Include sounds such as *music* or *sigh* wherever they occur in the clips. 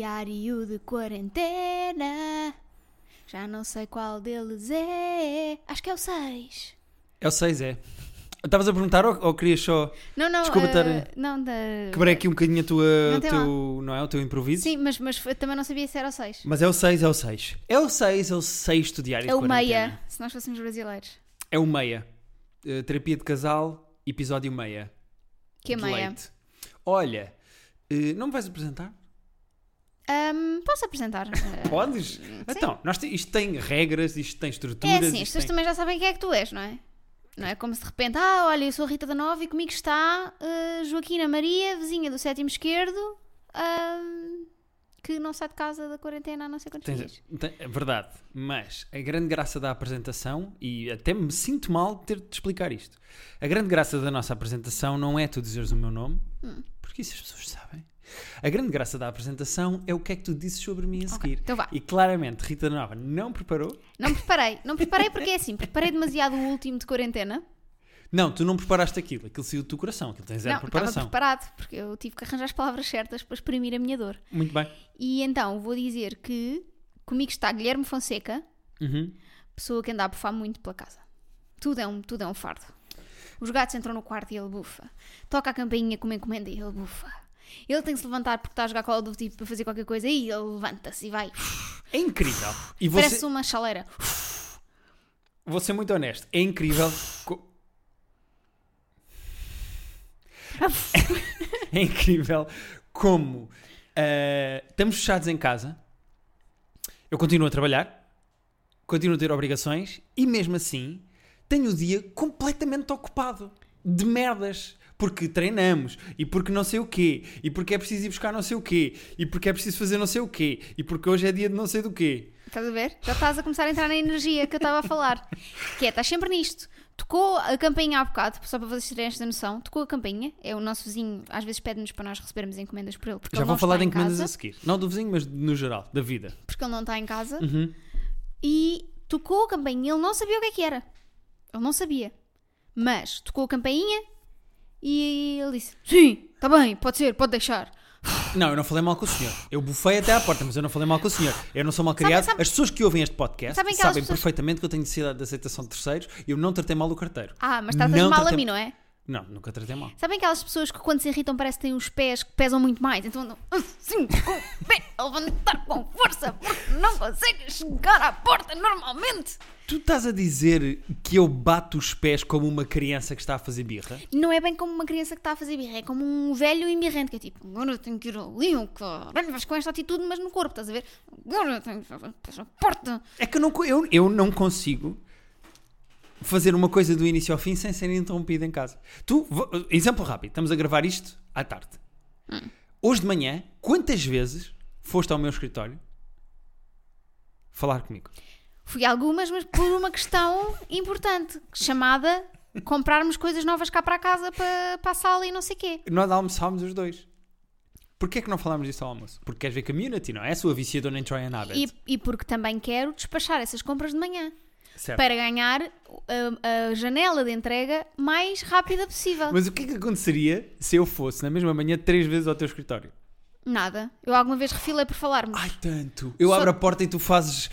tempo de quarentena. Já não sei qual deles é. Acho que é o 6. É o 6, é. Estavas a perguntar ou, ou querias só. Não, não, Desculpa eh, estar- não da. Quebrei aqui um bocadinho a tua, Não o tem teu, não é, o teu improviso? Sim, mas, mas eu também não sabia se era o 6. Mas é o 6, é o 6. É o 6, é o sexto diário É o de quarentena. meia, se nós fôssemos brasileiros. É o meia. Eh, terapia de casal, episódio meia. Que é de meia. leite. Olha, eh, não me vais apresentar? Ahm, posso apresentar? Eh, Podes? Então, nós te- isto tem regras, isto tem estruturas. É assim, as isto pessoas tem... também já sabem quem é que tu és, não é? Não é como se de repente, ah, olha, eu sou a Rita da Nova e comigo está eh, Joaquina Maria, vizinha do sétimo esquerdo, ahm, que não sai de casa da quarentena há não sei quantos dias. Tens- tem- é verdade, mas a grande graça da apresentação, e até me sinto mal de ter de explicar isto, a grande graça da nossa apresentação não é tu dizeres o meu nome, Hum. porque isso as pessoas sabem. A grande graça da apresentação é o que é que tu dizes sobre mim a seguir. então vá. E claramente Rita Nova não preparou. Não preparei, não preparei porque é assim, preparei demasiado o último de quarentena. Não, tu não preparaste aquilo, aquilo saiu do teu coração, aquilo tem zero não, estava preparação. preparado, porque eu tive que arranjar as palavras certas para exprimir a minha dor. Muito bem. E então vou dizer que comigo está Guilherme Fonseca, Uhum. pessoa que anda a bufar muito pela casa. Tudo é um, tudo é um fardo. Os gatos entram no quarto e ele bufa. Toca a campainha como encomenda e ele bufa. Ele tem que se levantar porque está a jogar Call of Duty para fazer qualquer coisa e ele levanta-se e vai. É incrível. E você... Parece uma chaleira. Vou ser muito honesto, é incrível. co- *laughs* é incrível como ah, estamos fechados em casa. Eu continuo a trabalhar, continuo a ter obrigações e mesmo assim tenho o dia completamente ocupado de merdas. Porque treinamos, e porque não sei o quê, e porque é preciso ir buscar não sei o quê, e porque é preciso fazer não sei o quê, e porque hoje é dia de não sei do quê. Estás a ver? Já estás a começar a entrar na energia que eu estava a falar. *laughs* Que é, estás sempre nisto. Tocou a campainha há bocado, só para vocês terem esta noção. Tocou a campainha. É o nosso vizinho, às vezes pede-nos para nós recebermos encomendas por ele. Porque Já ele não vou falar está de Então em encomendas casa, a seguir. Não do vizinho, mas no geral, da vida. Porque ele não está em casa. Uhum. e tocou a campainha. Ele não sabia o que é que era. Ele não sabia. Mas tocou a campainha e ele disse: Sim, está bem, pode ser, pode deixar. Não, eu não falei mal com o senhor. Eu bufei até à porta, mas eu não falei mal com o senhor. Eu não sou mal criado. sabe- As pessoas que ouvem este podcast Sabem sabem, aquelas pessoas- perfeitamente que eu tenho necessidade de aceitação de terceiros e eu não tratei mal o carteiro. Ah, mas tratas Não mal a tratei- mim, não é? Não, nunca tratei mal. Sabem aquelas pessoas que quando se irritam parece que têm os pés que pesam muito mais? Então andam assim, com o pé, a levantar com força, porque não conseguem chegar à porta normalmente. Tu estás a dizer que eu bato os pés como uma criança que está a fazer birra? Não é bem como uma criança que está a fazer birra, é como um velho embirrante que é tipo, agora eu tenho que ir ali, o caralho, vais com esta atitude, mas no corpo, estás a ver? Agora eu tenho que ir à porta. É que eu não, co- eu, eu não consigo fazer uma coisa do início ao fim sem ser interrompido em casa. Tu, vo- exemplo rápido, estamos a gravar isto à tarde. Hoje de manhã, quantas vezes foste ao meu escritório falar comigo? Fui a algumas, mas por uma questão importante, chamada comprarmos coisas novas cá para casa, para, para a sala e não sei quê. Nós almoçámos os dois. Porquê é que não falámos disso ao almoço? Porque queres ver community, não é? A sua viciadora em Troy and Abbott. E, e porque também quero despachar essas compras de manhã, Certo. para ganhar a, a janela de entrega mais rápida possível. Mas o que é que aconteceria se eu fosse na mesma manhã três vezes ao teu escritório? Nada. Eu alguma vez refilei por falar-me. Ai, tanto. Eu Só- abro a porta e tu fazes.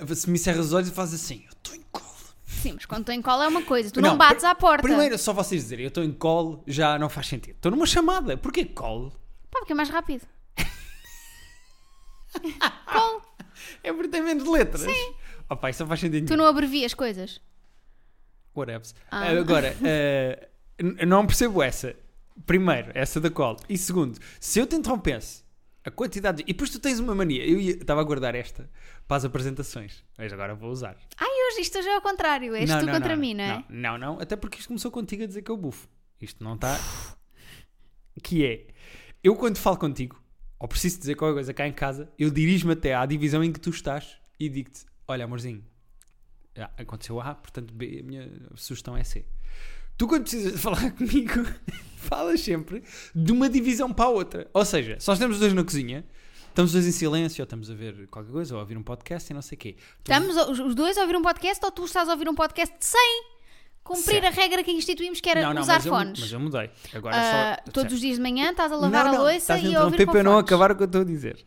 ah, se me cerras os olhos e fazes assim. Eu estou em colo. Sim, mas quando estou em cola é uma coisa, tu não, Não, bates pri- à porta. Primeiro, só vocês dizerem eu estou em colo já não faz sentido. Estou numa chamada. Porquê colo? Pá, porque é mais rápido. Qual? É porque tem menos letras. Sim. Opa, isso não faz sentido. Tu nenhum. não abrevias coisas. Whatever. Ah. Ah, *laughs* Agora, ah, n- não percebo essa. Primeiro, essa da call. E segundo, se eu te interrompesse a quantidade. De... E depois tu tens uma mania. Eu ia- estava a guardar esta para as apresentações, mas agora vou usar. Ai, hoje isto hoje é ao contrário. És tu contra mim, não é? Não, não, até porque isto começou contigo a dizer que eu bufo. Isto *sighs* não está. que é. Eu quando falo contigo, ou preciso dizer qualquer coisa cá em casa, eu dirijo-me até à divisão em que tu estás e digo-te: olha, amorzinho, ah, aconteceu A, portanto B, a minha sugestão é C. Tu, quando precisas de falar *laughs* comigo, falas sempre de uma divisão para a outra. Ou seja, só estamos os dois na cozinha, estamos os dois em silêncio, ou estamos a ver qualquer coisa, ou a ouvir um podcast e não sei o quê. Tu Estamos os- os dois a ouvir um podcast ou tu estás a ouvir um podcast sem cumprir Certo. a regra que instituímos que era usar mas fones. Eu, mas eu mudei. Agora Ah, só. todos os dias de manhã estás a lavar não, a não, louça estás a e a ouvir interromper com para eu não fones. acabar o que eu estou a dizer.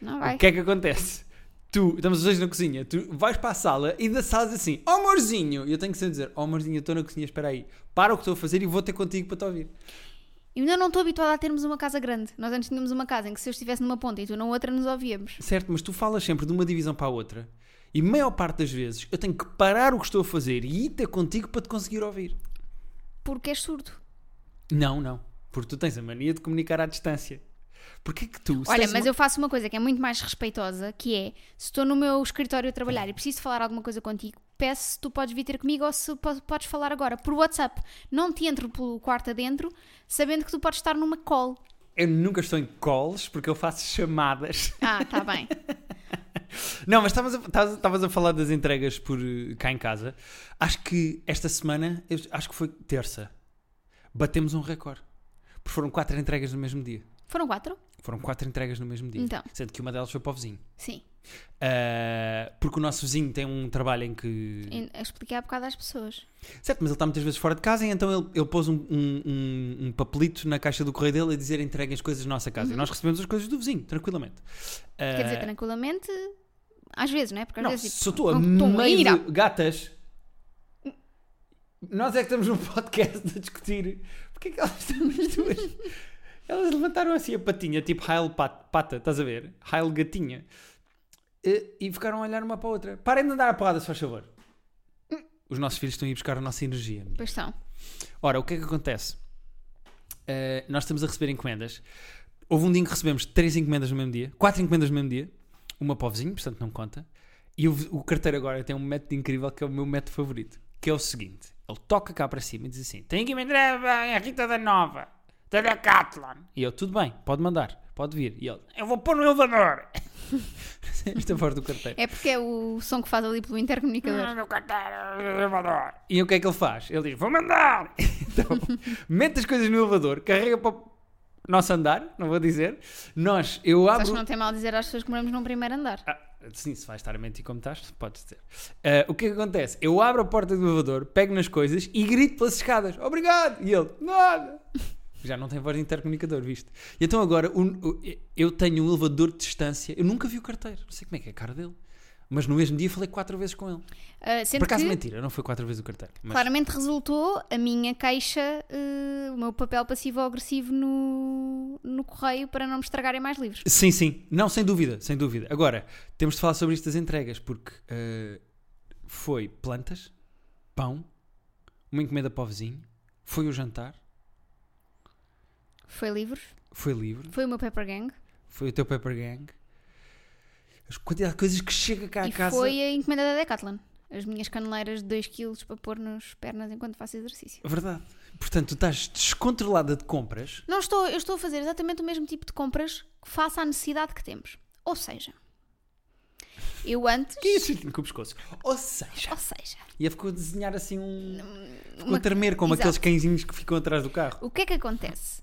Não vai. O que é que acontece? Tu, estamos os dois na cozinha, tu vais para a sala e da sala diz assim, ó oh, amorzinho! E eu tenho que sempre dizer, ó oh, amorzinho, eu estou na cozinha, espera aí, para o que estou a fazer e vou ter contigo para te ouvir. Eu ainda não estou habituada a termos uma casa grande. Nós antes tínhamos uma casa em que se eu estivesse numa ponta e tu na outra nos ouvíamos. Certo, mas tu falas sempre de uma divisão para a outra e a maior parte das vezes eu tenho que parar o que estou a fazer e ir ter contigo para te conseguir ouvir. Porque és surdo. Não, não. Porque tu tens a mania de comunicar à distância. Porquê que tu... se Olha, tens mas uma- eu faço uma coisa que é muito mais respeitosa, que é, se estou no meu escritório a trabalhar e preciso falar alguma coisa contigo, peço se tu podes vir ter comigo ou se po- podes falar agora, por WhatsApp. Não te entro pelo quarto adentro, sabendo que tu podes estar numa call. Eu nunca estou em calls porque eu faço chamadas. Ah, tá bem. *laughs* Não, mas estavas a, estavas- estavas a falar das entregas por eh, cá em casa. Acho que esta semana, eu acho que foi terça, batemos um recorde. Porque foram quatro entregas no mesmo dia. *laughs* Foram quatro? Foram quatro entregas no mesmo dia. Então. Sendo que uma delas foi para o vizinho. Sim. Ah, porque o nosso vizinho tem um trabalho em que. E- Expliquei há bocado às pessoas. Certo, mas ele está muitas vezes fora de casa e então ele, ele pôs um, um- um- um papelito na caixa do correio dele a dizer entreguem as coisas da nossa casa. E nós recebemos as coisas do vizinho, tranquilamente. Uhum. Quer Ah, dizer, tranquilamente, às vezes, não é? Porque às Não, vezes, se eu estou a estou a meio ir à- de- gatas. Nós é que estamos num podcast a discutir porque é que elas estão nas duas. elas levantaram assim a patinha, tipo Heil pat- pata, estás a ver? Heil gatinha. E, e ficaram a olhar uma para a outra. Parem de andar a porrada, se faz favor. Hum. Os nossos filhos estão a ir buscar a nossa energia. pois são. Ora, o que é que acontece? Uh, nós estamos a receber encomendas. Houve um dia em que recebemos três encomendas no mesmo dia, quatro encomendas no mesmo dia, uma para o vizinho, portanto não conta. E o, o carteiro agora tem um método incrível que é o meu método favorito, que é o seguinte: ele toca cá para cima e diz assim: tem que mandar a Rita da Nova, da Decathlon. E eu, tudo bem, pode mandar, pode vir. E ele, eu vou pôr no elevador. *laughs* Isto é fora do carteiro. É porque é o som que faz ali pelo intercomunicador. E o que é que ele faz? Ele diz: Vou mandar! *laughs* Então, mete as coisas no elevador, carrega para o nosso andar, não vou dizer. Nós, eu Sabes abro. que não tem mal dizer às pessoas que moramos num primeiro andar. Ah, sim, se vais estar a mentir como estás, podes dizer. Ah, o que é que acontece? Eu abro a porta do elevador, pego nas coisas e grito pelas escadas: Obrigado! E ele: Nada! Já não tem voz de intercomunicador, viste? E então agora o- o- eu tenho um elevador de distância. Eu nunca vi o carteiro, não sei como é que é a cara dele. Mas no mesmo dia falei quatro vezes com ele. Ah, sendo Por acaso, que, mentira, não foi quatro vezes o carteiro. Mas... claramente resultou a minha queixa, eh, o meu papel passivo-agressivo no, no correio para não me estragarem mais livros. Sim, sim. Não, sem dúvida, sem dúvida. Agora, temos de falar sobre isto das entregas, porque eh, foi plantas, pão, uma encomenda para o vizinho, foi o jantar, Foi livros, foi livro, foi o meu Pepper Gang foi o teu paper gang, as quantidade de coisas que chega cá e a casa. foi a encomenda da Decathlon. As minhas caneleiras de 2 kg para pôr nas pernas enquanto faço exercício. É Verdade. Portanto, tu estás descontrolada de compras. Não estou, eu estou a fazer exatamente o mesmo tipo de compras que face à necessidade que temos. Ou seja, eu antes. Que isso? Com o pescoço. Ou seja, Ou seja, e ficou a desenhar assim um. Ficou uma- a tremer como Exato. aqueles cãezinhos que ficam atrás do carro. O que é que acontece?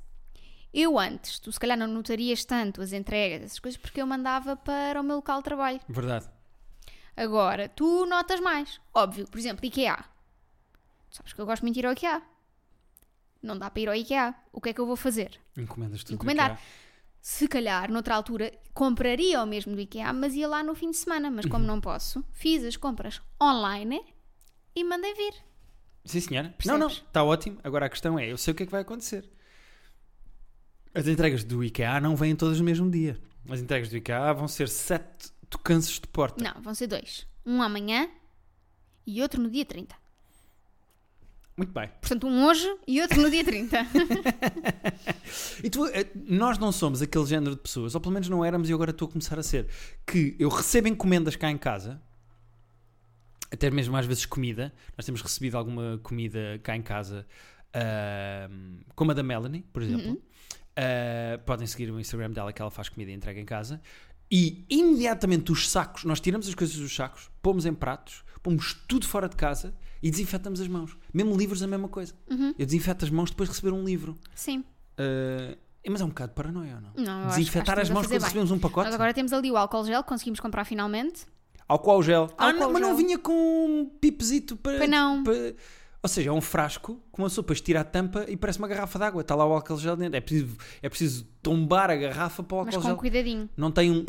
Eu antes, tu se calhar não notarias tanto as entregas, essas coisas, porque eu mandava para o meu local de trabalho. Verdade. Agora, tu notas mais. Óbvio, por exemplo, IKEA. Tu sabes que eu gosto muito de ir ao IKEA. Não dá para ir ao IKEA. O que é que eu vou fazer? Encomendas tudo. Encomendar. aqui, Se calhar, noutra altura, compraria o mesmo do IKEA, mas ia lá no fim de semana. Mas como não posso, fiz as compras online e mandei vir. Sim, senhora. Percebes? Não, não, está ótimo. Agora a questão é, eu sei o que é que vai acontecer. As entregas do IKEA não vêm todas no mesmo dia. As entregas do IKEA vão ser sete tocanços de porta. Não, vão ser dois. Um amanhã e outro no dia 30. Muito bem. Portanto, um hoje e outro no dia 30. E tu, eh, nós não somos aquele género de pessoas, ou pelo menos não éramos e agora estou a começar a ser, que eu recebo encomendas cá em casa, até mesmo às vezes comida. Nós temos recebido alguma comida cá em casa, ahm, como a da Melanie, por exemplo. Ah, podem seguir o Instagram dela que ela faz comida e entrega em casa. E imediatamente os sacos, nós tiramos as coisas dos sacos, pomos em pratos, pomos tudo fora de casa e desinfetamos as mãos. Mesmo livros, a mesma coisa. Eu desinfeto as mãos depois de receber um livro. Sim. Uh, é, mas é um bocado de paranoia ou não? Não, eu acho- Desinfetar acho que estamos as a fazer mãos quando bem. recebemos um pacote? Nós agora temos ali o álcool gel que conseguimos comprar finalmente. Ao qual gel? Ah, Álcool não, mas não gel. vinha com um pipezito para, Pois não. para- Ou seja, é um frasco com uma sopa, tira a tampa e parece uma garrafa de água. Está lá o álcool gel dentro. É preciso, é preciso tombar a garrafa para o álcool Mas com gel. cuidadinho. Não tem um.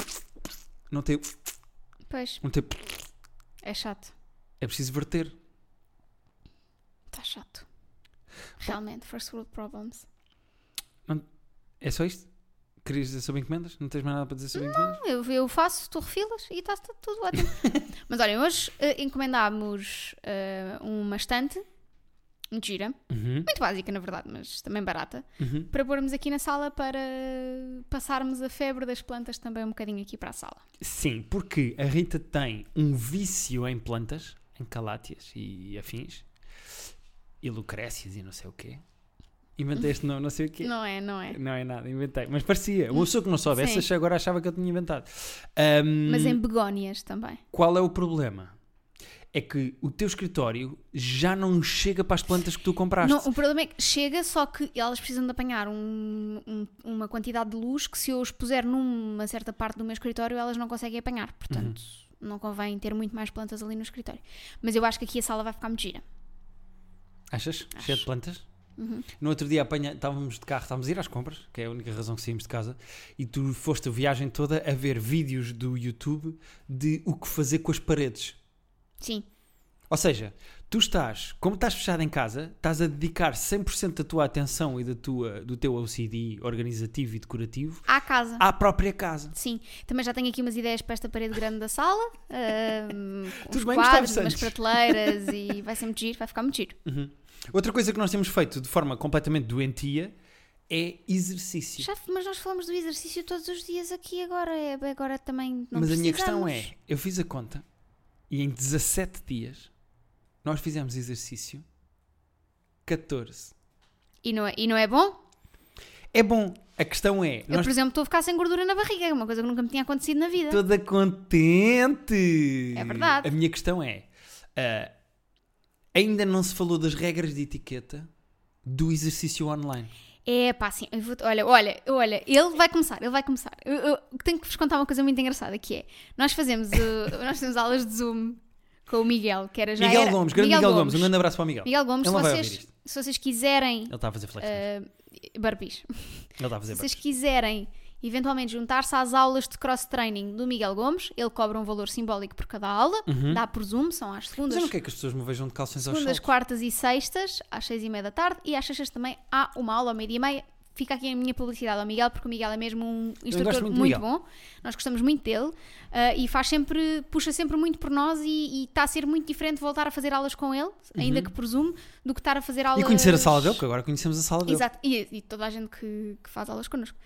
não tem. Pois, Não tem é chato. é preciso verter. Está Tá chato. Realmente, first world problems. É só isto? Querias dizer sobre encomendas? Não tens mais nada para dizer sobre encomendas? Eu, eu faço, tu refilas e está tudo, tudo ótimo. *laughs* Mas olhem, hoje eh, encomendámos eh, uma estante, muito gira, Uhum, muito básica na verdade, mas também barata, uhum. para pormos aqui na sala para passarmos a febre das plantas também um bocadinho aqui para a sala. Sim, porque a Rita tem um vício em plantas, em calátias e afins, e lucrécias e não sei o quê. Inventei este nome, não sei o quê. Não é, não é? Não é nada, inventei. Mas parecia. Uma pessoa que não soubesse Sim. achei- agora achava que eu tinha inventado. Ahm, Mas em begónias também. Qual é o problema? É que o teu escritório já não chega para as plantas que tu compraste. Não, o problema é que chega, só que elas precisam de apanhar um- um- uma quantidade de luz que se eu os puser numa certa parte do meu escritório elas não conseguem apanhar. Portanto, Uhum. não convém ter muito mais plantas ali no escritório. Mas eu acho que aqui a sala vai ficar muito gira. Achas? Cheia de plantas? No outro dia apanha, estávamos de carro, estávamos a ir às compras, que é a única razão que saímos de casa, e tu foste a viagem toda a ver vídeos do YouTube de o que fazer com as paredes. Sim, Ou seja, tu estás, como estás fechado em casa, estás a dedicar 100% da tua atenção e da tua, do teu OCD organizativo e decorativo à casa. à própria casa. Sim, também já tenho aqui umas ideias para esta parede grande da *laughs* sala, ahm, com Tudo uns bem, quadros, Gustavo umas Santos? Uhum. prateleiras *laughs* e vai ser muito giro, vai ficar muito giro. Outra coisa que nós temos feito de forma completamente doentia é exercício. Já- mas nós falamos do exercício todos os dias aqui agora, é, agora também não Mas a minha questão precisamos. é: eu fiz a conta e em 17 dias nós fizemos exercício 14. E não é, e não é bom? É bom, a questão é: Eu, nós por exemplo, estou a ficar sem gordura na barriga, é uma coisa que nunca me tinha acontecido na vida. toda contente. É verdade. A minha questão é: ah, ainda não se falou das regras de etiqueta do exercício online. É pá, assim, eu vou- olha, olha, olha, ele vai começar, ele vai começar. Eu, eu tenho que vos contar uma coisa muito engraçada que é: nós fazemos, uh, *laughs* nós fazemos aulas de Zoom com o Miguel, que era já. Miguel era- Gomes, grande Miguel, Gomes. um grande abraço para o Miguel. Miguel Gomes, Ele se não vai ouvir vocês, isto. se vocês quiserem. Ele está a fazer flex. uh, barbies. Ele está a fazer Se vocês flex. quiserem eventualmente juntar-se às aulas de cross-training do Miguel Gomes, ele cobra um valor simbólico por cada aula, dá por Zoom, são às Uhum. Mas eu segundas, não quero que as pessoas me vejam de calções aos segundas, saltos. quartas e sextas, às seis e meia da tarde, e às sextas também há uma aula ao meio-dia e meia. Fica aqui a minha publicidade ao Miguel, porque o Miguel é mesmo um instrutor gosto muito muito, do Miguel. bom. Nós gostamos muito dele ah, e faz sempre, puxa sempre muito por nós e e está a ser muito diferente voltar a fazer aulas com ele, ainda que por Zoom, do que estar a fazer aulas... Uhum. E conhecer a sala dele, porque agora conhecemos a sala dele. Exato, e, e toda a gente que, que faz aulas connosco.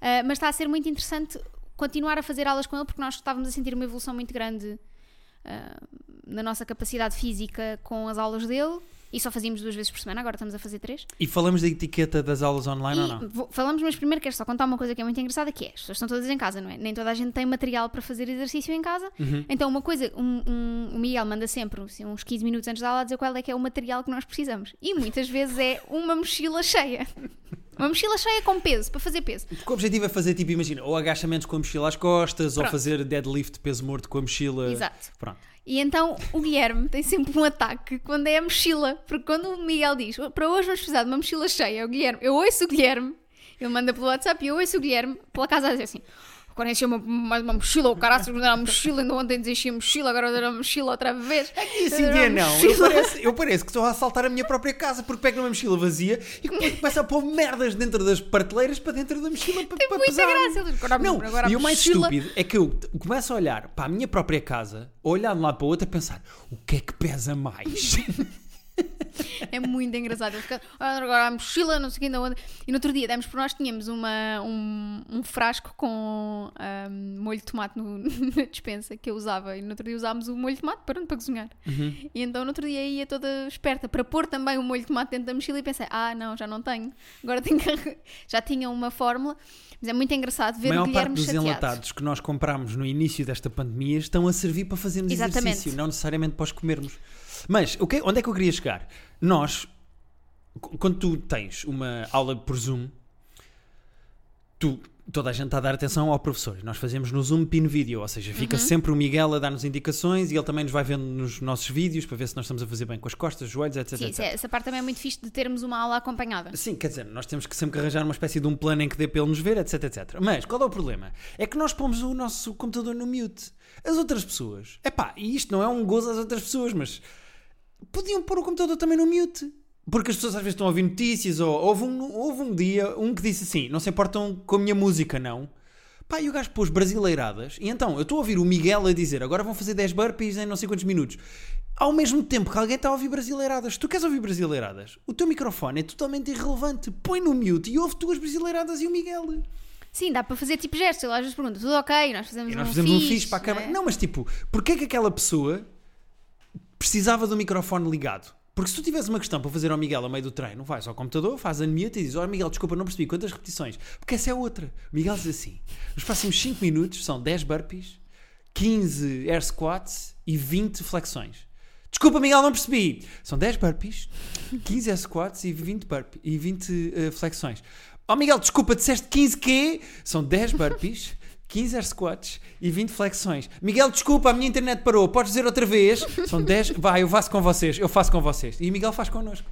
Ah, mas está a ser muito interessante continuar a fazer aulas com ele porque nós estávamos a sentir uma evolução muito grande ah, na nossa capacidade física com as aulas dele e só fazíamos duas vezes por semana, agora estamos a fazer três. E falamos da etiqueta das aulas online ou e não? vou- falamos, mas primeiro quero só contar uma coisa que é muito engraçada que é, as pessoas estão todas em casa, não é? Nem toda a gente tem material para fazer exercício em casa. Uhum. Então uma coisa, um, um- o Miguel manda sempre assim, uns 15 minutos antes da aula a dizer qual é que é o material que nós precisamos. E muitas vezes é uma mochila cheia. *laughs* Uma mochila cheia com peso, para fazer peso. Porque o objetivo é fazer, tipo, imagina, ou agachamentos com a mochila às costas, ou Pronto. fazer deadlift peso morto com a mochila. Exato. Pronto. E então o Guilherme tem sempre um ataque quando é a mochila. Porque quando o Miguel diz para hoje vamos precisar de uma mochila cheia, o Guilherme, eu ouço o Guilherme, ele manda pelo WhatsApp e eu ouço o Guilherme pela casa a dizer assim: agora encheu uma, mais uma mochila, o caralho, não era a mochila, ainda ontem desenchi a mochila, agora era a mochila outra vez. E assim Era dia uma não. Eu mochila. pareço, eu pareço que estou a assaltar a minha própria casa porque pego numa mochila vazia *laughs* e começo a pôr merdas dentro das prateleiras para dentro da mochila para, para Muita pesar. graça. Ele diz, agora, Não, agora a e o mais mochila- estúpido é que eu t- começo a olhar para a minha própria casa, a olhar de um lado para o outro, a pensar o que é que *laughs* pesa mais? É muito engraçado. Ele fica, "Ah, agora a mochila, não sei o que, ainda onde. E no outro dia demos por nós, tínhamos uma, um, um frasco com ahm, molho de tomate no, *laughs* na dispensa que eu usava. E no outro dia usámos o molho de tomate pronto, para cozinhar. Uhum. E então no outro dia ia toda esperta para pôr também o molho de tomate dentro da mochila e pensei, ah, não, já não tenho. Agora tenho que... *laughs* Já tinha uma fórmula. Mas é muito engraçado a ver o maior parte Guilherme dos é chateado. enlatados que nós comprámos no início desta pandemia estão a servir para fazermos Exatamente. exercício, não necessariamente para os comermos. Mas o que- onde é que eu queria chegar? Nós, c- quando tu tens uma aula por Zoom, tu toda a gente está a dar atenção ao professor. Nós fazemos no Zoom pin vídeo, ou seja, Uhum. fica sempre o Miguel a dar-nos indicações e ele também nos vai vendo nos nossos vídeos para ver se nós estamos a fazer bem com as costas, os joelhos, etc. Sim, etc. isso é- essa parte também é muito fixe de termos uma aula acompanhada. Sim, quer dizer, nós temos que sempre que arranjar uma espécie de um plano em que dê para ele nos ver, etc, etc. Mas qual é o problema? É que nós pomos o nosso computador no mute. As outras pessoas. Epá, e isto não é um gozo às outras pessoas, mas podiam pôr o computador também no mute. Porque as pessoas às vezes estão a ouvir notícias, ou houve um, houve um dia um que disse assim: não se importam com a minha música, não. Pá, e o gajo pôs brasileiradas, e então eu estou a ouvir o Miguel a dizer agora vão fazer 10 burpees em não sei quantos minutos. Ao mesmo tempo que alguém está a ouvir brasileiradas, tu queres ouvir brasileiradas? O teu microfone é totalmente irrelevante. Põe no mute e ouve tu as brasileiradas e o Miguel. Sim, dá para fazer tipo gestos. Ele às vezes pergunta, tudo ok, nós fazemos, E nós um, fizemos um fixe, fixe para a câmara. não é? Não, mas tipo, porquê é que aquela pessoa precisava do microfone ligado? Porque se tu tivesse uma questão para fazer ao Miguel a meio do treino, vais ao computador, faz unmute e dizes: Ó Miguel, desculpa, não percebi quantas repetições. Porque essa é outra. O Miguel diz assim: nos próximos 5 minutos são 10 burpees, 15 air squats e 20 flexões. Desculpa, Miguel, não percebi. São 10 burpees, 15 air squats e 20, burpe- e 20 eh, flexões. Ó Miguel, desculpa, disseste 15 quê? São 10 burpees, 15 air squats e 20 flexões. Miguel, desculpa, a minha internet parou. Podes dizer outra vez? São 10. Vai, eu faço com vocês. Eu faço com vocês. E o Miguel faz connosco.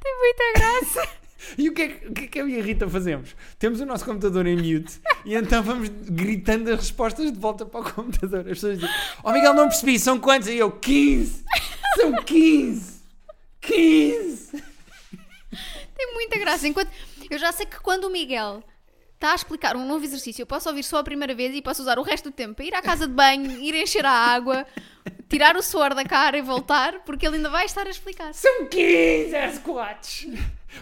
Tem muita graça. *laughs* E o que, é, que- o que é que eu e a Rita fazemos? Temos o nosso computador em mute e então vamos gritando as respostas de volta para o computador. As pessoas dizem: Ó Miguel, não percebi, são quantos? E eu: 15! São 15! 15! Tem muita graça. Enquanto, eu já sei que quando o Miguel está a explicar um novo exercício, eu posso ouvir só a primeira vez e posso usar o resto do tempo para ir à casa de banho, ir encher a água, tirar o suor da cara e voltar, porque ele ainda vai estar a explicar. São 15 air squats!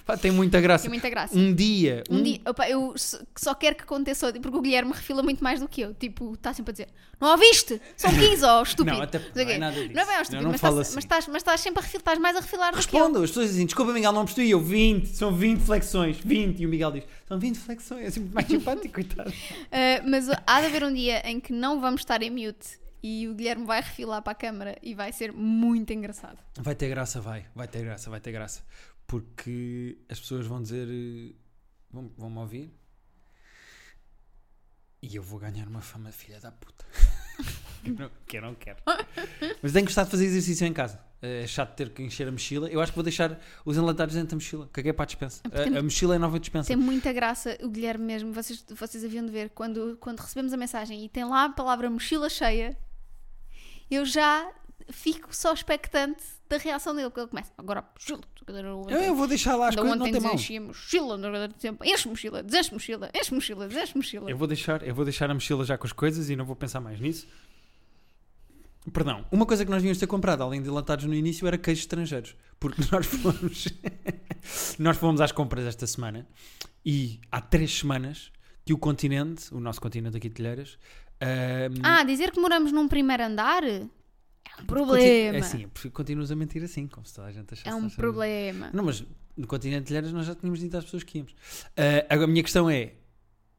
Pá, tem muita graça. Tem muita graça. Um dia, Um dia, opa, eu só- só quero que aconteça, outro- porque o Guilherme refila muito mais do que eu. Tipo, está sempre a dizer: Não ouviste? São 15, ó, estúpido. *laughs* Não, até- Não sei o não é quê. nada disso. Não é bem Eu ao estúpido, não mas, falo estás, assim. mas, estás, mas estás sempre a refilar, estás mais a refilar do que é Respondo, as pessoas dizem, desculpa Miguel, não percebi, eu 20, são 20 flexões, 20, e o Miguel diz, são 20 flexões, é sempre mais simpático, *laughs* coitado. eu. Ah, mas há de haver um dia em que não vamos estar em mute e o Guilherme vai refilar para a câmara e vai ser muito engraçado. Vai ter graça, vai. Vai ter graça, vai ter graça. Porque as pessoas vão dizer. eh, vão- Vão-me ouvir. E eu vou ganhar uma fama de filha da puta. *laughs* que, eu não, que eu não quero. Mas tenho gostado de fazer exercício em casa. Eh, É chato ter que encher a mochila. Eu acho que vou deixar os enlatados dentro da mochila. Caguei é para a dispensa. A, a mochila é nova dispensa. Tem muita graça o Guilherme mesmo, vocês, vocês haviam de ver quando, quando recebemos a mensagem e tem lá a palavra mochila cheia, eu já fico só expectante da reação dele, porque ele começa agora mochila, Eu, eu vou deixar lá as Ainda coisas, não ontem tem mal. desenchia mochila, no verdadeiro tempo. Enche mochila, desenche mochila, enche mochila, desenche mochila. Eu vou, deixar, eu vou deixar a mochila já com as coisas e não vou pensar mais nisso. Perdão, uma coisa que nós devíamos ter comprado, além de latados no início, era queijos estrangeiros. Porque *laughs* nós fomos, nós fomos às compras esta semana e há três semanas que o continente, o nosso continente aqui de Telheiras, ahm, Ah, dizer que moramos num primeiro andar é um conti- problema. É assim, continuas a mentir assim, como se toda a gente achasse. É um nós sabíamos. problema. Não, mas no continente de Telheiras nós já tínhamos dito às pessoas que íamos. Ah, agora, a minha questão é: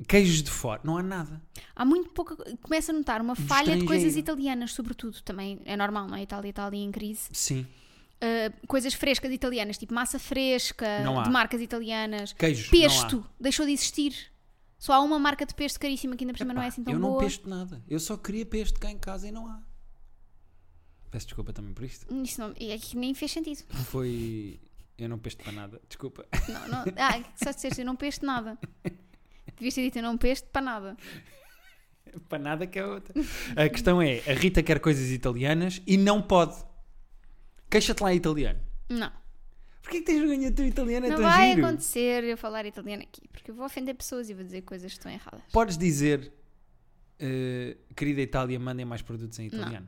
queijos de fora, não há nada. Há muito pouca. Começo a notar uma falha de coisas estrangeiro. italianas, sobretudo. Também é normal, não é? A Itália está ali em crise. Sim. Uh, coisas frescas italianas, tipo massa fresca, Não há. de marcas italianas. Queijos. não há. Pesto deixou de existir. Só há uma marca de pesto caríssima que ainda por cima não é Pá, assim tão eu não boa. pesto nada. Eu só queria pesto cá em casa e não há. Peço desculpa também por isto. Isso não, é que nem fez sentido. Foi. Eu não pesto para nada. Desculpa. *laughs* Não, não, ah, só disseste, eu não peste nada. Devias ter dito, eu não peste para nada. para nada que é outra. A questão é: a Rita quer coisas italianas e não pode. Queixa-te lá italiano. Não, Porquê que tens vergonha do italiano? É não tão vai giro. acontecer eu falar italiano aqui, porque eu vou ofender pessoas e vou dizer coisas que estão erradas. Podes dizer. eh, querida Itália, mandem mais produtos em italiano.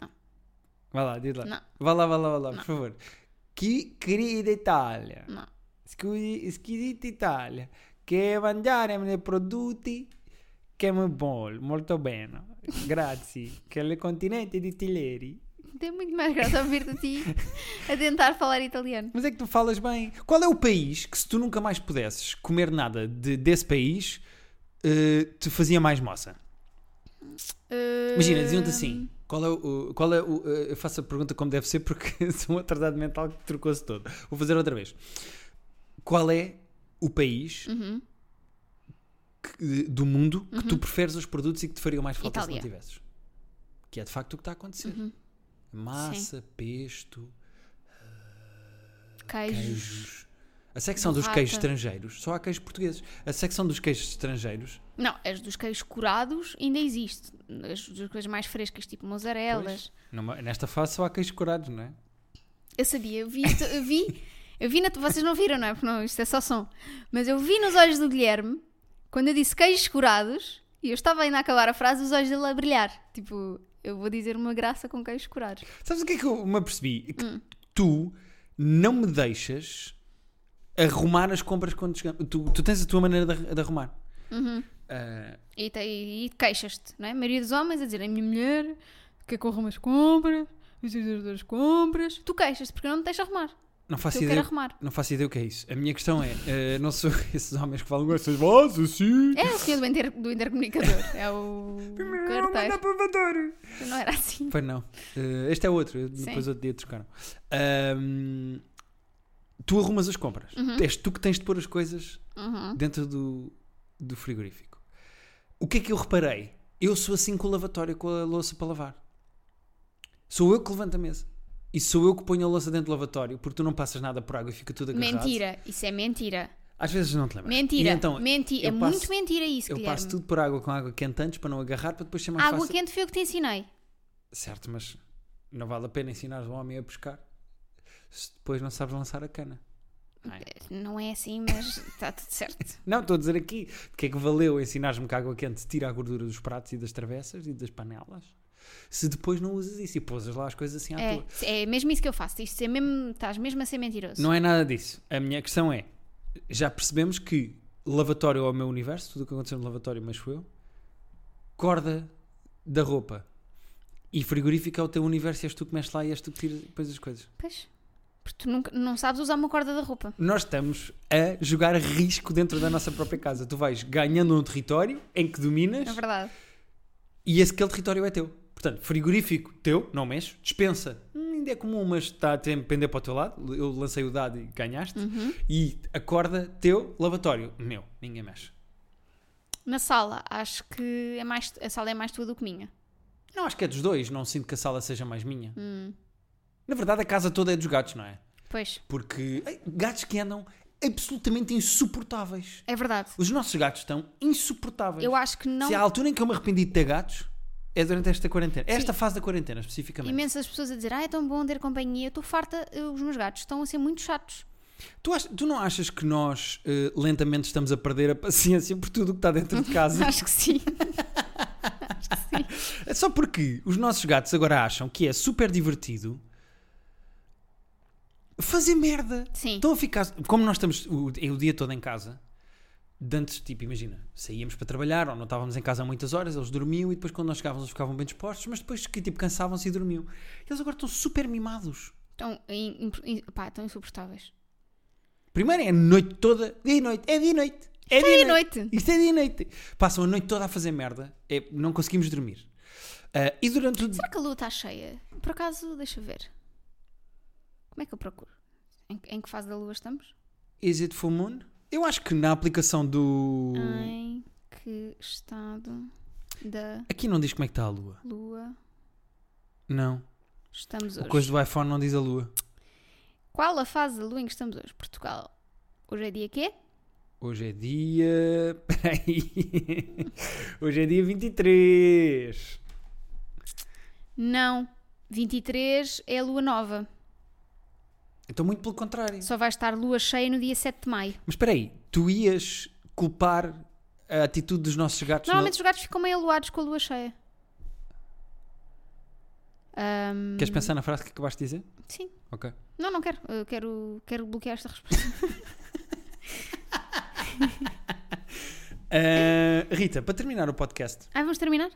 Não. Vai lá, diz lá. Não. Vai lá, vai lá, vai lá, Não. por favor. Que querida Itália. Não, Scusi, squisita Italia, che mangiare nei prodotti che mi buono, molto bene. Grazie, che le continente di Tileri. tem muito mais graça ouvir de ti a tentar falar italiano. Mas é que tu falas bem. Qual é o país que se tu nunca mais pudesses comer nada de- desse país, eh, te fazia mais moça? Imagina, diziam-te assim. Qual é o. o- Qual é o eh, eu faço a pergunta como deve ser porque *laughs* sou um atrasado mental que trocou-se todo. Vou fazer outra vez. Qual é o país Uhum. que- do mundo que tu preferes os produtos e que te fariam mais falta se Itália. não tivesses. Que é de facto o que está a acontecer. Massa, pesto, Queijos. queijos. A secção dos queijos Burrata. estrangeiros, só há queijos portugueses. A secção dos queijos estrangeiros, Não, as dos queijos curados ainda existe. As das coisas mais frescas, tipo mozzarelas. numa- nesta fase só há queijos curados, não é? Eu sabia, eu vi, isto- eu vi, eu vi na, vocês não viram, não é? Porque não, isto é só som. Mas eu vi nos olhos do Guilherme, quando eu disse queijos curados, e eu estava ainda a acabar a frase, os olhos dele a brilhar. Tipo, eu vou dizer uma graça com queijos curados. Sabes o que é que eu me apercebi? É Que Hum. tu não me deixas arrumar as compras quando chegamos. Tu, tu tens a tua maneira de, ar- de arrumar. Uhum. Ah, E, te- e, e queixas-te, não é? A maioria dos homens a dizer, a minha mulher quer que eu arrume as compras, preciso das compras. Tu queixas-te porque não me deixas arrumar. não faço Eu quero ideia. arrumar. Não faço ideia o que é isso. A minha questão é, ah, não sou *laughs* esses homens que falam com essas vozes assim. É o senhor do, inter- do intercomunicador. É *laughs* o carteiro. provador. Não era assim. Pois não. Ah, este é outro. eu- Sim. Depois outro dia trocaram. Ahm, tu arrumas as compras. És tu que tens de pôr as coisas Uhum. dentro do, do frigorífico. O que é que eu reparei? Eu sou assim com o lavatório, com a louça para lavar. Sou eu que levanto a mesa. E sou eu que ponho a louça dentro do lavatório, porque tu não passas nada por água e fica tudo agarrado. Mentira. Isso é mentira. Às vezes não te lembras. Mentira. E então, Menti- eu É passo- muito mentira isso, eu Guilherme. passo tudo por água com água quente antes para não agarrar, para depois ser mais Água fácil. quente foi o que te ensinei. Certo, mas não vale a pena ensinar um homem a pescar se depois não sabes lançar a cana. Não é assim, mas está tudo *laughs* certo. Não, estou a dizer aqui. De que é que valeu ensinares-me que a água quente tira a gordura dos pratos e das travessas e das panelas? Se depois não usas isso e pousas lá as coisas assim à toa. É, é mesmo isso que eu faço. Isto é mesmo, estás mesmo a ser mentiroso. Não é nada disso. A minha questão é: já percebemos que lavatório é o meu universo, tudo o que aconteceu no lavatório, mas sou eu. Corda da roupa e frigorífico é o teu universo e és tu que mexes lá e és tu que tiras depois as coisas. Pois. Porque tu nunca, não sabes usar uma corda da roupa. Nós estamos a jogar risco dentro da nossa própria casa. Tu vais ganhando um território em que dominas É verdade. e esse aquele território é teu. Portanto, frigorífico teu, não mexe, dispensa. Hum, ainda é comum, mas está a tem- pender para o teu lado. Eu lancei o dado e ganhaste. Uhum. E a corda teu, lavatório, meu, ninguém mexe. Na sala, acho que é mais, a sala é mais tua do que minha. Não, acho que é dos dois, não sinto que a sala seja mais minha. Hum. Na verdade, a casa toda é dos gatos, não é? Pois. Porque ai, gatos que andam absolutamente insuportáveis. É verdade. Os nossos gatos estão insuportáveis. Eu acho que não. Se há altura em que eu me arrependi de ter gatos, é durante esta quarentena. Esta fase da quarentena, especificamente. imensas pessoas a dizer, ah, é tão bom ter companhia, eu estou farta, eu- os meus gatos estão a ser muito chatos. *laughs* Tu, ach- tu não achas que nós eh, lentamente estamos a perder a paciência por tudo o que está dentro de *laughs* casa? Acho que sim. É Só porque os nossos gatos agora acham que é super divertido fazer merda. Sim. Estão a ficar. Como nós estamos o, o dia todo em casa, de antes, tipo, imagina, saíamos para trabalhar ou não estávamos em casa há muitas horas, eles dormiam e depois quando nós chegávamos eles ficavam bem dispostos, mas depois que tipo cansavam-se e dormiam. Eles agora estão super mimados. Estão, in- imp- in- pá, estão insuportáveis. Primeiro é a noite toda, dia e noite, é dia e noite. É Dia e noite. noite. Isto é dia e noite. Passam a noite toda a fazer merda, é, não conseguimos dormir. Ah, e durante o dia. Será que a lua está cheia? Por acaso, deixa eu ver. Como é que eu procuro? Em, em que fase da lua estamos? Is it full moon? Eu acho que na aplicação do. Em que estado da Aqui não diz como é que está a lua. lua Não. estamos A hoje? coisa do iPhone não diz a lua. Qual a fase da lua em que estamos hoje? Portugal. Hoje é dia quê? Hoje é dia. *laughs* Peraí. Hoje é dia 23. Não. 23 é a lua nova. Então, muito pelo contrário. Só vai estar lua cheia no dia 7 de maio. Mas espera aí, tu ias culpar a atitude dos nossos gatos? Normalmente os gatos ficam meio aluados com a lua cheia. Ahm, Queres pensar na frase que acabaste de dizer? sim. Ok. Não, não quero. Eu quero, quero bloquear esta resposta. Ah, Rita, para terminar o podcast, Ai, Ah, vamos terminar?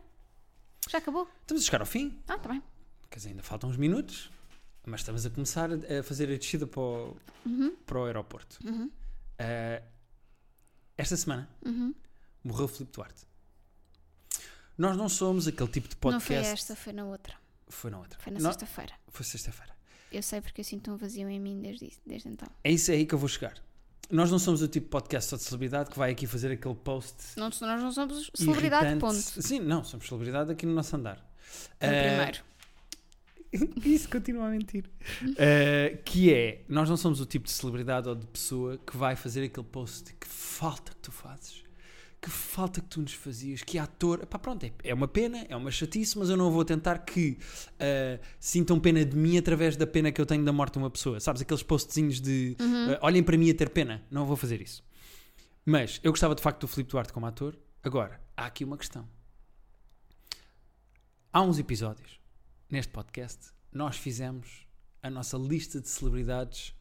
Já acabou? estamos a chegar ao fim. Ah, tá bem. Quer dizer, ainda faltam uns minutos, mas estamos a começar a a fazer a descida para o, Uhum. para o aeroporto. Ah, esta semana Uhum. morreu o Filipe Duarte. Nós não somos aquele tipo de Não foi podcast. esta, foi na outra. Foi na outra. Foi na Nó- sexta-feira. foi sexta-feira. Eu sei porque eu sinto um vazio em mim desde, isso- desde então. É isso aí é que eu vou chegar. Nós não somos o tipo de podcast só de celebridade que vai aqui fazer aquele post. Não, nós não somos celebridade, irritante. ponto. Sim, não, somos celebridade aqui no nosso andar. É o Eh, primeiro. *laughs* Isso continua a mentir. Eh, que é, nós não somos o tipo de celebridade ou de pessoa que vai fazer aquele post de que falta que tu fazes, que falta que tu nos fazias, que ator. Pá, pronto, é, é uma pena, é uma chatice, mas eu não vou tentar que eh, sintam pena de mim através da pena que eu tenho da morte de uma pessoa. Sabes, aqueles postzinhos de eh, olhem para mim a ter pena. Não vou fazer isso. Mas eu gostava de facto do Filipe Duarte como ator. Agora, há aqui uma questão. Há uns episódios neste podcast, nós fizemos a nossa lista de celebridades.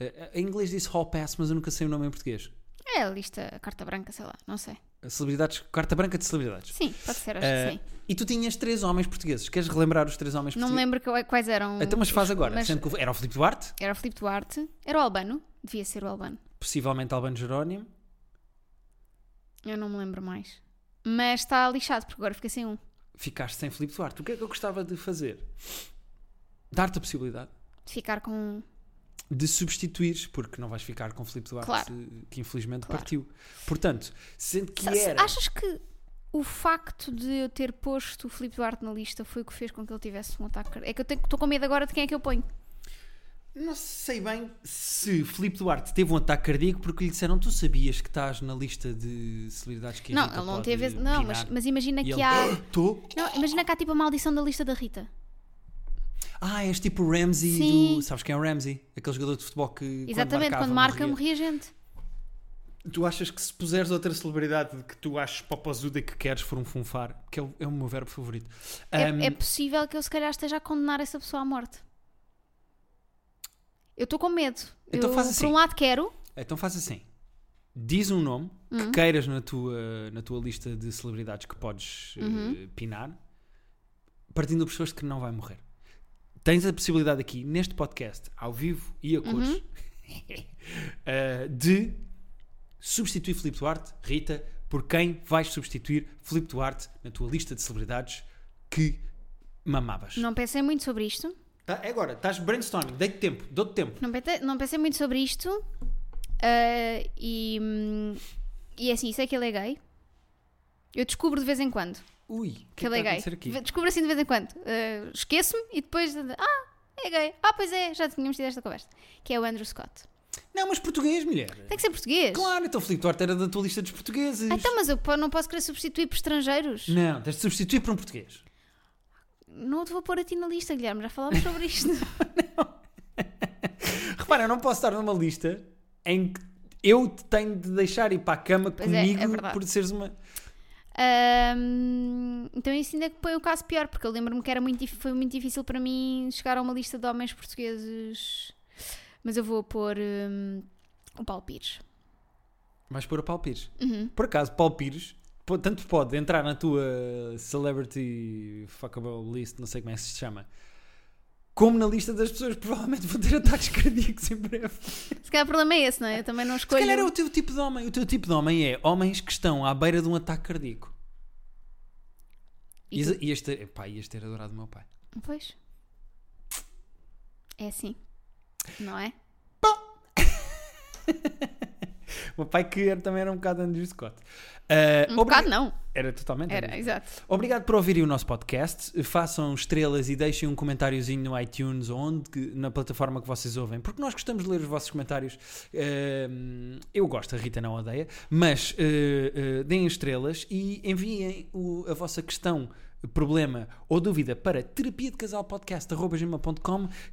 Eh, Em inglês disse Hall Pass, mas eu nunca sei o nome em português. Eh, É a lista, a carta branca, sei lá, não sei. Celebridades, carta branca de celebridades. Sim, pode ser, acho Eh, que sim. E tu tinhas três homens portugueses. Queres relembrar os três homens Não me portugueses? lembro que- quais eram. Então, mas faz agora. mas- Sendo que era o Filipe Duarte, Era o Filipe Duarte, era o Albano, devia ser o Albano. possivelmente Albano Jerónimo. Eu não me lembro mais. Mas está lixado, porque agora fica sem um. Ficaste sem Filipe Duarte. O que é que eu gostava de fazer? Dar-te a possibilidade De ficar com um. de substituires, porque não vais ficar com Filipe Duarte, Claro. que infelizmente Claro. partiu. Portanto, sendo que Sa- sa- era. Achas que o facto de eu ter posto o Filipe Duarte na lista foi o que fez com que ele tivesse um ataque cardíaco? É que eu tenho- estou com medo agora de quem é que eu ponho. Não sei bem se Filipe Duarte teve um ataque cardíaco porque lhe disseram tu sabias que estás na lista de celebridades que a não, Rita ele não pode teve. esse- Não, mas, pinar." mas imagina E que ele, há. "Ah, Tô? Não, imagina que há tipo a maldição da lista da Rita. Ah, és tipo o Ramsey Sim. do... Sabes quem é o Ramsey? Aquele jogador de futebol que Exatamente, quando marcava, quando marca, morria. morria gente. Tu achas que se puseres outra celebridade que tu achas popozuda e que queres for um funfar, que é o, é o meu verbo favorito. É- Ahm, É, possível que eu se calhar esteja a condenar essa pessoa à morte. Eu estou com medo. Então eu, faz assim. Por um lado quero. Então faz assim. Diz um nome que queiras na tua, na tua lista de celebridades que podes eh, pinar, partindo por pessoas que não vai morrer. Tens a possibilidade aqui, neste podcast, ao vivo e a cores, *laughs* eh, de substituir Filipe Duarte, Rita, por quem vais substituir Filipe Duarte na tua lista de celebridades que mamavas. Não pensei muito sobre isto. Tá, é agora, estás brainstorming, dei-te tempo, dou-te tempo. Não pensei, não pensei muito sobre isto. ah, e, hum, e assim, sei que ele é gay. Eu descubro de vez em quando Ui, o que que, é ele que está é a gay. acontecer aqui? Ve- Descubro assim de vez em quando. Ah, Esqueço-me e depois. Ah, é gay. Ah, pois é, já tínhamos tido esta conversa. Que é o Andrew Scott. Não, mas português, mulher. Tem que ser português. Claro, então Filipe Duarte era da tua lista dos portugueses. Ah, então, mas eu po- não posso querer substituir por estrangeiros? Não, tens de substituir por um português. Não te vou pôr a ti na lista, Guilherme, já falámos sobre isto. Repara, eu não posso estar numa lista em que eu te tenho de deixar ir para a cama Pois é, é comigo verdade. por seres uma. Ahm, então isso ainda que põe o caso pior, porque eu lembro-me que era muito, dif- foi muito difícil para mim chegar a uma lista de homens portugueses. Mas eu vou pôr hum, o Paulo Pires. Uhum. Vais pôr o Paulo Pires. Por acaso, Paulo Pires po- tanto pode entrar na tua celebrity fuckable list, não sei como é que se chama, como na lista das pessoas que provavelmente vão ter ataques cardíacos em breve. Se calhar o problema é esse, não é? Eu também não Se escolho. calhar é o teu tipo de homem. O teu tipo de homem é homens que estão à beira de um ataque cardíaco. E Ias, ias, ter, pá, ias ter adorado o meu pai. Pois. É assim. Não é? O meu pai que era- também era um bocado Andrew Scott. Ah, Um obri- bocado não. Era totalmente Era, Andrew Scott. exato. Obrigado por ouvirem o nosso podcast. Façam estrelas e deixem um comentáriozinho no iTunes ou onde, que- na plataforma que vocês ouvem, porque nós gostamos de ler os vossos comentários. Ahm, eu gosto, a Rita não odeia, mas eh, eh, deem estrelas e enviem o- a vossa questão, problema ou dúvida para terapia de casal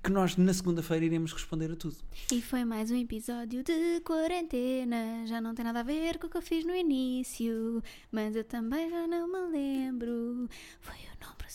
que nós na segunda-feira iremos responder a tudo. E foi mais um episódio de quarentena. Já não tem nada a ver com o que eu fiz no início, mas eu também já não me lembro. Foi o número